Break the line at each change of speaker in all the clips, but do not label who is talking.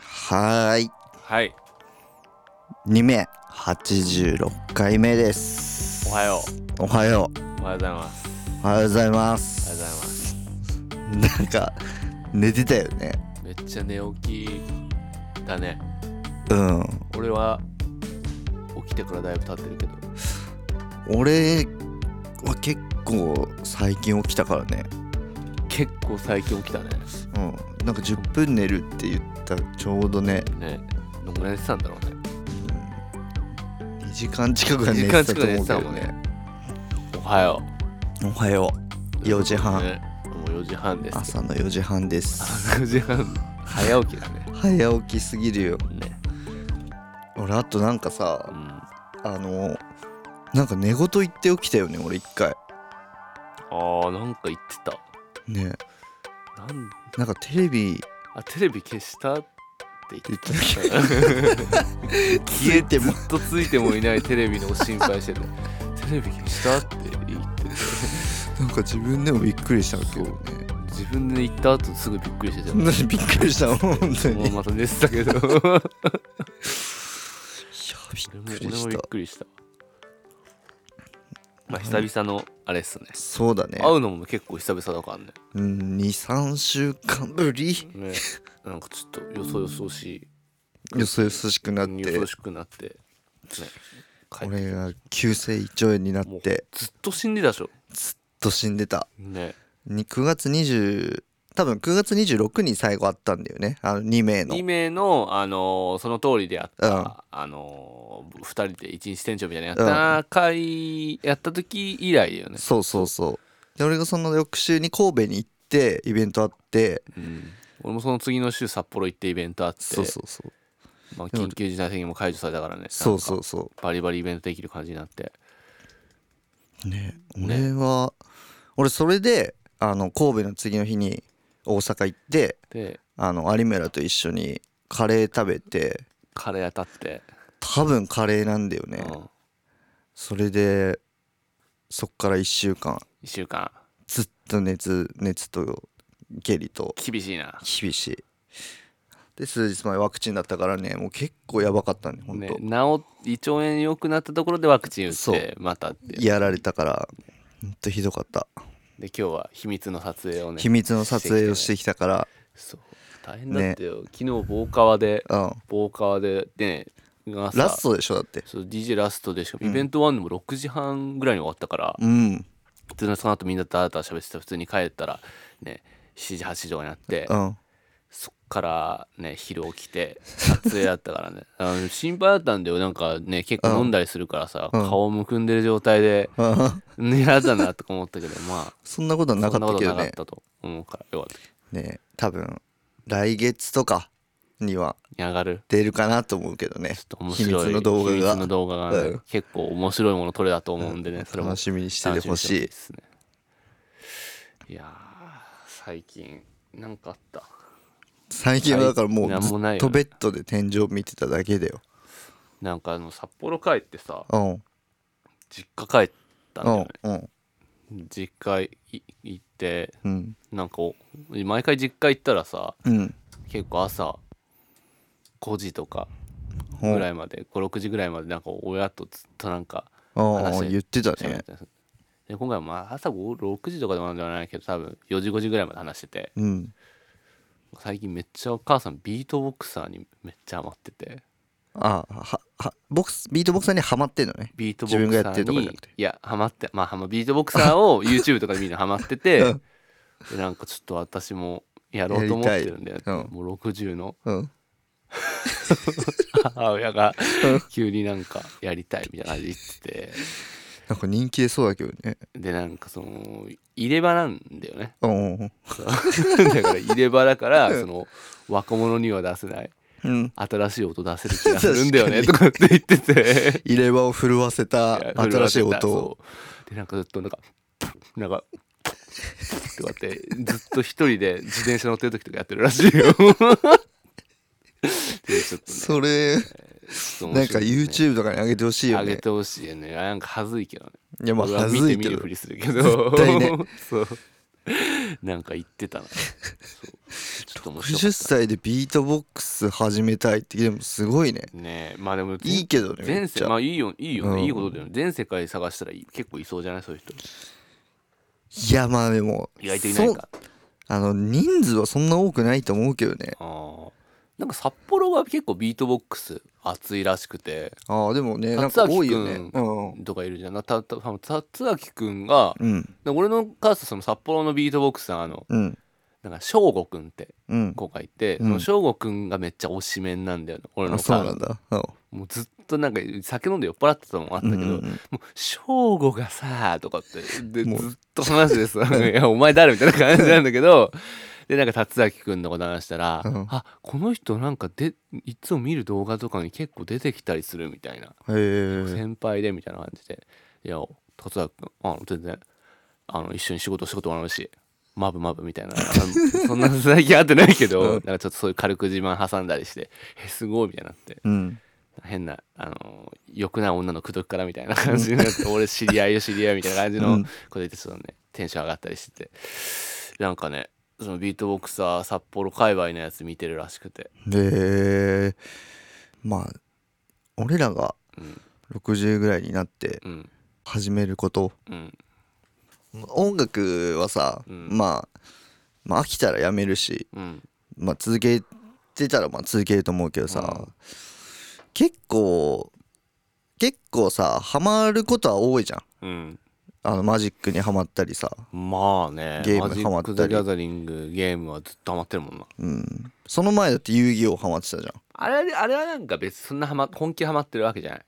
はーい
はい
2名86回目です
おはよ
おはよ
おはようございます
うおはようございま
おはようございますす
なんか寝てたよね
めっちゃ寝起きだね
うん
俺は起きてからだいぶ経ってるけど
俺は結構最近起きたからね
結構最近起きたね
うんなんか10分寝るって言ったちょうどね、
ねどんぐらい寝てたんだろうね
うん、2時間近くは寝てたと思うけ
二時間近くは寝てた
ど
もん
ね
ねおはよ
おはよ
う
4時半
ねもう4時半で
う
す
朝の4時半です
4時半早起きだね
早起きすぎるよ
ね
俺あとなんかさ、
うん
あのなんか寝言言って起きたよね俺一回
あーなんか言ってた
ね
なん
なんかテレビ
あテレビ消したって言ってた
消えても
ずっとついてもいないテレビの心配しててテレビ消したって言ってて
なんか自分でもびっくりしたけどね
自分で行った後すぐびっくりしてて
なんでびっくりしたの本当に
も
いうや
また寝てた けど俺も
びっくり
俺も
し
びったくりしたまあ久々のあれっすね
そうだね
会うのも結構久々だからね
うん23週間ぶり
ね なんかちょっとよそよそし
よそよそしくなっ
いよ
て
そしくなってね帰って
俺が急性胃腸炎になっ
もう
て
ずっと死んでたでしょ
ずっと死んでた
ね
に9月20多分9月26に最後あったんだよねあの2名の
2名の、あのーその通りでやった、
うん
あのー、2人で一日店長みたいなのやった回、やった時以来だよね、
そうそうそうで俺がその翌週に神戸に行ってイベントあって
うん俺もその次の週札幌行ってイベントあって
そうそうそう
まあ、緊急事態宣言も解除されたからね
そうそ
なん
う
か
そ
バリバリイベントできる感じになって
うね俺
ね
は俺それであの神戸の次の日に大阪行って
で
あの有村と一緒にカレー食べて
カレー当たって、
多分カレーなんだよね
うん、
それでそっから1週間
1週間
ずっと熱熱と下痢と
厳しいな、
厳しいで数日前ワクチンだったからねもう結構やばかったねほん
ね、
と
治胃腸炎良くなったところでワクチン打っ
そ
て
う
またって
やられたからほんとひどかった
で今日は秘密の撮影をね
秘密の撮影をして
きて
きた
ね
から
そう大変だったよ、昨日棒川で
うん
棒川でね朝
ラストでしょだって
そう DJ ラストでしかもイベント終わるのも6時半ぐらいに終わったから、
うん
普通のその後みんなダーダー喋ってた普通に帰ったらね7時8時とかになって、
うん
そっからね昼起きて撮影だったからね あの心配だったんだよなんかね結構飲んだりするからさ、
うん
顔むくんでる状態で
あ
寝られたなとか思ったけどまあ
そんなことはなか
そん
った
なこと
け
な
ど
かっ
ね
たと思うからよかっ
ね多分来月とかには
た上がる
出るかなと思うけどね
ちょっと面白い
秘密の動画が
秘密の動画がね
うん
結構面白いもの撮れたと思うんでね、それも
楽しみにしててほしい
楽みにてですねいやー最近なんかあった
最近はだからも
な
うんず
もない
っ
よ
とベッドで天井見てただけだよ
なんかあの札幌帰ってさ
うん
実家帰ったんだ
う
よ
ん
ね
うん
実家い行って
うん
なんかお毎回実家行ったらさ
うん
結構朝5時とか
うん
ぐらいまで56時ぐらいまでなんか親とずっとなんか
うん
話
うん言ってた
喋っ
ね
てたで今回はまあ朝5 6時とかでもなんではないけど多分4時5時ぐらいまで話してて
うん
最近めっちゃお母さんビートボクサーにめっちゃハマってて
あははボクスビートボクサーにはまってんのね
ビートボ
自分
ク
が
サーに
やってるとかじゃなくて
いやハマってまあハマビートボクサーを YouTube とかで見るのハマってて、
うん
でなんかちょっと私もやろうと思ってるんだよ
やり、たいうん
もう60の
うん
母親が急になんかやりたいみたいな感じで言って
なんか人気出そうだけどね
てでなんかその入れ歯なんだよ ね
うん
だから入れ歯だからその若者には出せない
うん
新しい音出せる気がするんだよねとかって言ってて
入れ歯を震わせた
いや
新しい音を
そうでなんかずっとなんかなんかとかってずっと一人で自転車乗ってる時とかやってるら しいよでちょっとね
それ
ちょっ
な
と面
んか
白いね
YouTube とかに上げてほしいよ
上げ
ね
てほしいよねなんか恥ずいけどね
いやまあ
俺は
恥ずい
見
け
て見る
ど
ふりするけど
絶対ね
そうなんか言ってたなそうっと面白か
60
っ
歳でビートボックス始めたいってでもすごいね
たねえまあでも全
いいけどねめっ
全
ち
世
ゃ、
まあいいよいいよね、
うん
いいことだよね全世界探したらいい結構いそうじゃないそういう人
いやまあでも
意外といない
そう
か
あの人数はそんな多くないと思うけどね
あーなんか札幌は結構ビートボックス熱いらしくて
ああでもねなん
辰
か
明
多いよねうん
とかいるじゃんなたたた辰明くんが
うん
で俺の母さんその札幌のビートボックスのあの
うん
なんか翔吾くんって
うん
子がいて、
うん
その翔吾くんがめっちゃ推しメンなんだよね俺の
あそうなんだうん
もうずっとなんか酒飲んで酔っ払ってたのもあったけど、
うんうんうん
もう翔吾がさとかってで
もう
ずっと話して さ「いやお前誰?」みたいな感じなんだけどでなんか辰明くんのこと話したら「
うん
あこの人なんかでいつも見る動画とかに結構出てきたりする」みたいな「
へえ
先輩で」みたいな感じで「いや達明君あの全然あの一緒に仕事仕事もらうしマブマブ」みたいなあのそんな最近会ってないけど、なんかちょっとそういう軽く自慢挟んだりして「えすごい」みたいになって
うん
変なあの欲な女の口説きからみたいな感じにな って俺知り合いよ知り合いみたいな感じ
う
の
ん
こと言ってちょっとねテンション上がったりしててなんかねそのビートボクサー札幌界隈のやつ見てるらしくて
でまあ俺らが
うん
60ぐらいになって
うん
始めること
うん
音楽はさ、
うん
まあ、まあ飽きたらやめるし、
うん
まあ、続けてたらまあ続けると思うけどさ、
う
結構結構さハマることは多いじゃん
うん
あのマジックにハマったりさ、
まあね
ゲーム
マジ
ハマ
ッ
ったり
ク・ザ・ギャザリングゲームはずっとハマってるもんな
うん、その前だって遊戯王ハマってたじゃん
あれあれはなんか別にそんなハマ本気ハマってるわけじゃない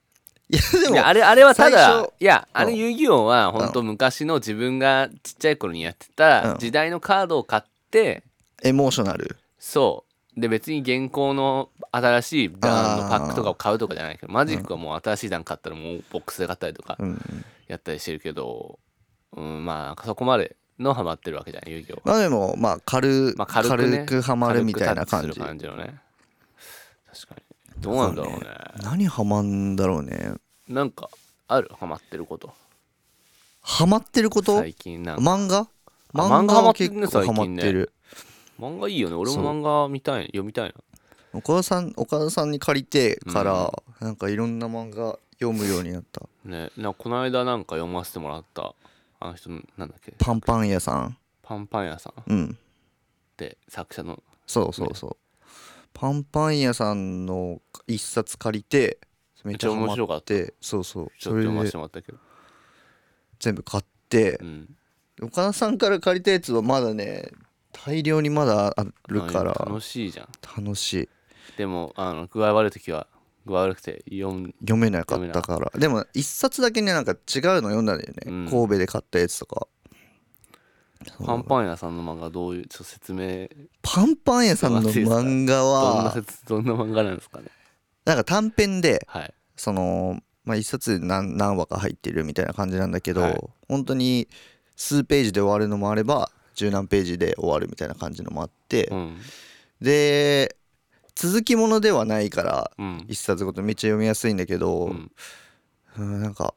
いやで
い
も
やあれあれはた
最
だ
初
いや
うん
あれ遊戯王は本当昔の自分がちっちゃい頃にやってた
うん
時代のカードを買って、
エモーショナル
そうで別に現行の新しい段の
あー
パックとかを買うとかじゃないけどマジックはもう新しい段買ったらもうボックスで買ったりとか
うん
やったりしてるけど、うん、まあそこまでのハマってるわけじゃない遊戯王は、
まあでもまあ軽,、
まあ、軽く、ね、
軽くハマるみたいな感
軽く
じ
タッチする感じのね確かにどうなんだろうね
何ハマんだろうね
なんかあるハマってること
ハマってること
最近なんか
漫画
あ漫画ハマってるね
漫画は結構ハマってる
漫画いいよね俺
そう
も漫画見たい読みたいな
岡田さん岡田さんに借りてから、なんかいろんな漫画読むようになった
ねなんかこの間なんか読ませてもらったあの人なんだっけ
パンパン屋さん
パンパン屋さん
うん
って作者の
そうそうそう、パンパン屋さんの一冊借りてめっちゃハマ
めっちゃ面白か
っ
って
そうそう
ち
そ
ょっと
れ
読ませ
で
てもらったけど、
全部買って
うん、
岡田さんから借りたやつはまだね大量にまだあるか
あ
ら
楽しいじゃん
楽しい
でもあの具合悪い時は具合悪くて読ん
読めなかったからでも一冊だけねなんか違うの読んだんだよね、
うん
神戸で買ったやつとかそう
パンパン屋さんの漫画どういうちょっと説明
パンパン屋さんの漫画
どん
は
な説どんな漫画なんですかね
なんか短編で
はい
その、まあ、一冊で何何話か入ってるみたいな感じなんだけど、
はい
本当に数ページで終わるのもあれば十何ページで終わるみたいな感じのもあって、
うん
で続きものではないから
うん
一冊ごとめっちゃ読みやすいんだけど、
うん
うんなんか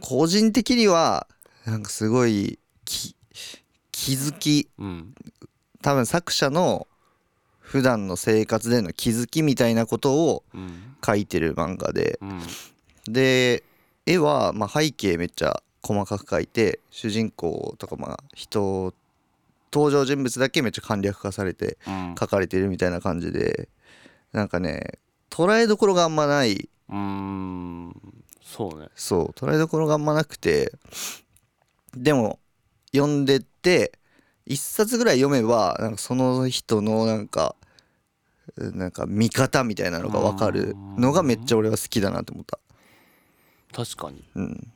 個人的にはなんかすごいき気づき
うん
多分作者の普段の生活での気づきみたいなことを
うん
書いてる漫画で
うん
で絵はまあ背景めっちゃ細かく描いて主人公とかまあ人登場人物だけめっちゃ簡略化されて
うん
書かれてるみたいな感じでなんかね捉えどころがあんまない
うんそうね
そう捉えどころがあんまなくてでも読んでって一冊ぐらい読めばなんかその人のなんかうんなんか見方みたいなのが分かるのがめっちゃ俺は好きだなと思った。
確かに
うん、
なんか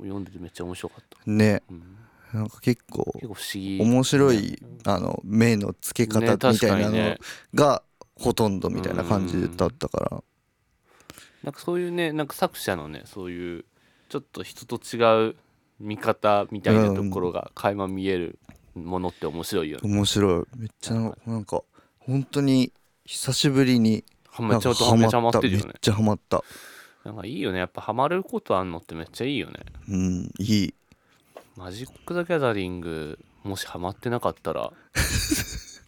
読んでてめっちゃ面白かった、
ね
うん、
なんか結構
結構不思議
面白
ね
いあの目の付け
ね
方み
確
た
か
いな
に
の
ね
がほとんどみたいな感じだったから
なんかそういうねなんか作者のねそういうちょっと人と違う見方みたいなところが垣間見えるものって面白いよね。
面白いめっちゃなんかなんか本当に久しぶりに
はめ
なん
ち
か
ゃめち
ハ
ゃめちゃハ
マ
マ
っ
ったてる
めっ
よね。
ちゃハマった
なんかいいよねやっぱハマることあんのってめっちゃいいよね。
うんいい
マジック・ザ・ギャザリングもしハマってなかったらっ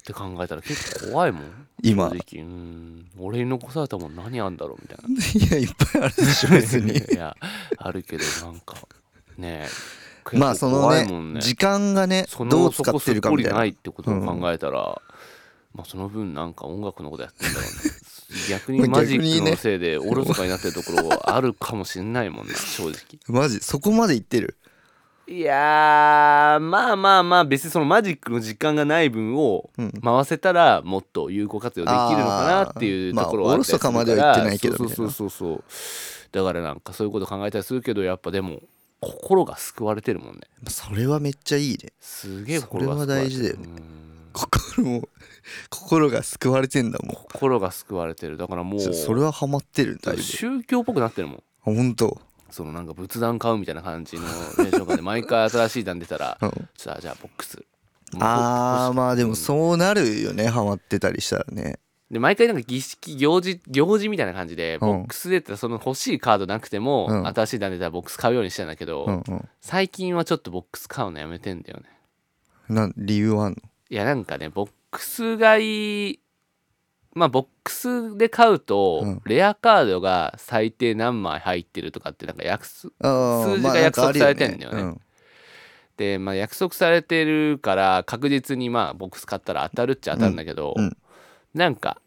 て考えたら結構怖いもん
今
正直うん俺に残されたもん何あんだろうみたいな い
やいっぱいあるでしょ別に
いやあるけどなんかねえ
まあそのね
結構怖いもん
時間がね
その
どう使ってるかみたいな
そこそこにないってことを考えたら、まあその分なんか音楽のことやってんだ ろうね逆にマジックのせいでおろそかになってるところあるかもしんないもんな正直
マジそこまでいってる
いやーまあまあまあ別にそのマジックの時間がない分を
うん
回せたらもっと有効活用できるのかなっていうところ
あーまあ
はあったりするから
おろそかまでは言ってないけど
そうそうそうそうだからなんかそういうこと考えたりするけどやっぱでも心が救われてるもんね
それはめっちゃいいね
すげえ心が救われて
それは大
る
事だよね
うん
心も心が救われてんだも
心が救われてるだからも
ん
う
そそれはハマってるだいぶ
宗教っぽくなってるもん
本当
そのなんか仏壇買うみたいな感じのテンショ ン感で毎回新しい段出たら
うん
ちょっとあじゃあボックス
あーまあでも
ん
そうなるよねハマってたりしたらね
で毎回なんか儀式行事行事みたいな感じでボックスでってその欲しいカードなくても、
うん
新しい段でたらボックス買うようにしてんだけど、
うんう
最近はちょっとボックス買うのやめてんだよね
んなん理由はあんの
いやなんかねボックス買いまあボックスで買うと、
うん
レアカードが最低何枚入ってるとかってなんか約束
あー
数字
まあ
が約束され
なかあ
てんだよね
る
で、まあ、約束されてるから確実にまあボックス買ったら当たるっちゃ当たるんだけど、
うんうん
なんか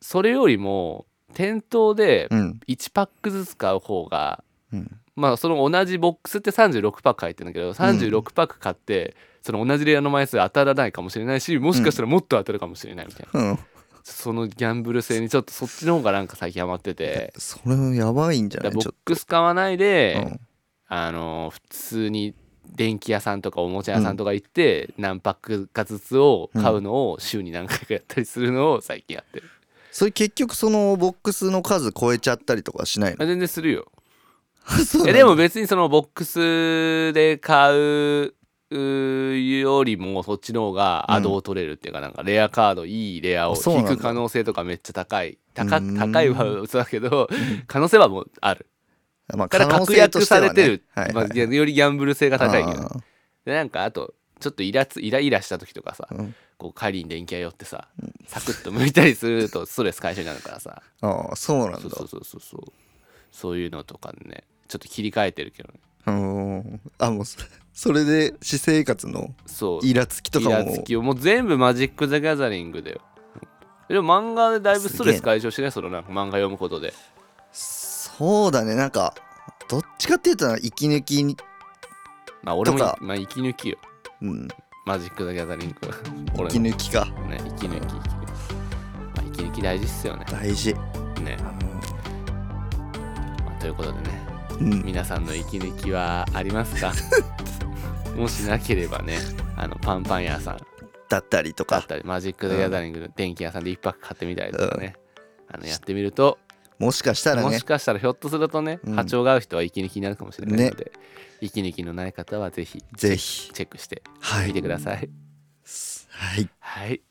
それよりも店頭で
うんうん
1パックずつ買う方が
うん
まあその同じボックスって36パック入ってるんだけど36パック買って、その同じレアの枚数当たらないかもしれないしもしかしたらもっと当たるかもしれないみたいな、
うん
そのギャンブル性にちょっとそっちの方がなんか最近ハマってて
それはやばいんじゃ
だ
な
から
い
ボ
ちょ
ッ
っ
クス買わないで、
と、うん
あの普通に電気屋さんとかおもちゃ屋さんとか行って、何パックかずつを買うのを週に何回かやったりするのを最近やってる、
それ結局そのボックスの数超えちゃったりとかしない
ま
の
あ全然するよ
そうな
い
ん
や
だ
でも別 にそのボックスで買ううーよりもそっちの方がアドを取れるっていうかなんかレアカードいいレアを
あそうな
引
んだ
く可能性とかめっちゃ高
う
い
ん
高高いは嘘だけど可能性はもうある
まあ
だから
可能
確
性
約
とし
さ
はね
れてる
はい
ま
は
あ
い
よりギャンブル性が高いけど
あ
でなんかあとちょっとイラつイライラした時とかさ、
ーうん
こう帰りに電気屋寄ってさサクッと剥いたりするとストレス解消になるからさ
あーそうなん
そう
だ
そうそうそうそうそういうのとかねちょっと切り替えてるけどね
うんあもうそ それで私生活の
そう
イラつきとか
イラ
も
つきをもう全部マジック・ザ・ギャザリングだよでも漫画でだいぶストレス解消してねそのなんか漫画読むことで
そうだねなんかどっちかっていうと息抜きに、
まあ俺も
とか
まあ息抜きよ
うん、
マジック・ザ・ギャザリング俺
息
のね
抜きか
息抜き息抜き、まあ、息抜き大事っすよね
大事
ね、まあということでね
うん
皆さんの息抜きはありま すかもしなければねあのパンパン屋さん
だったりと
だっ
か
たりマジック・ザ・ギャザリングの電気屋さんで一泊買ってみたりとかね、あのやってみると、
もしかしたら
も
ね
しかしたらひょっとするとね、
うん
波長が合う人は息抜きになるかもしれないので、息抜きのない方はぜひ
ぜひ
チェックして
は
み
い
てください。
はい
はい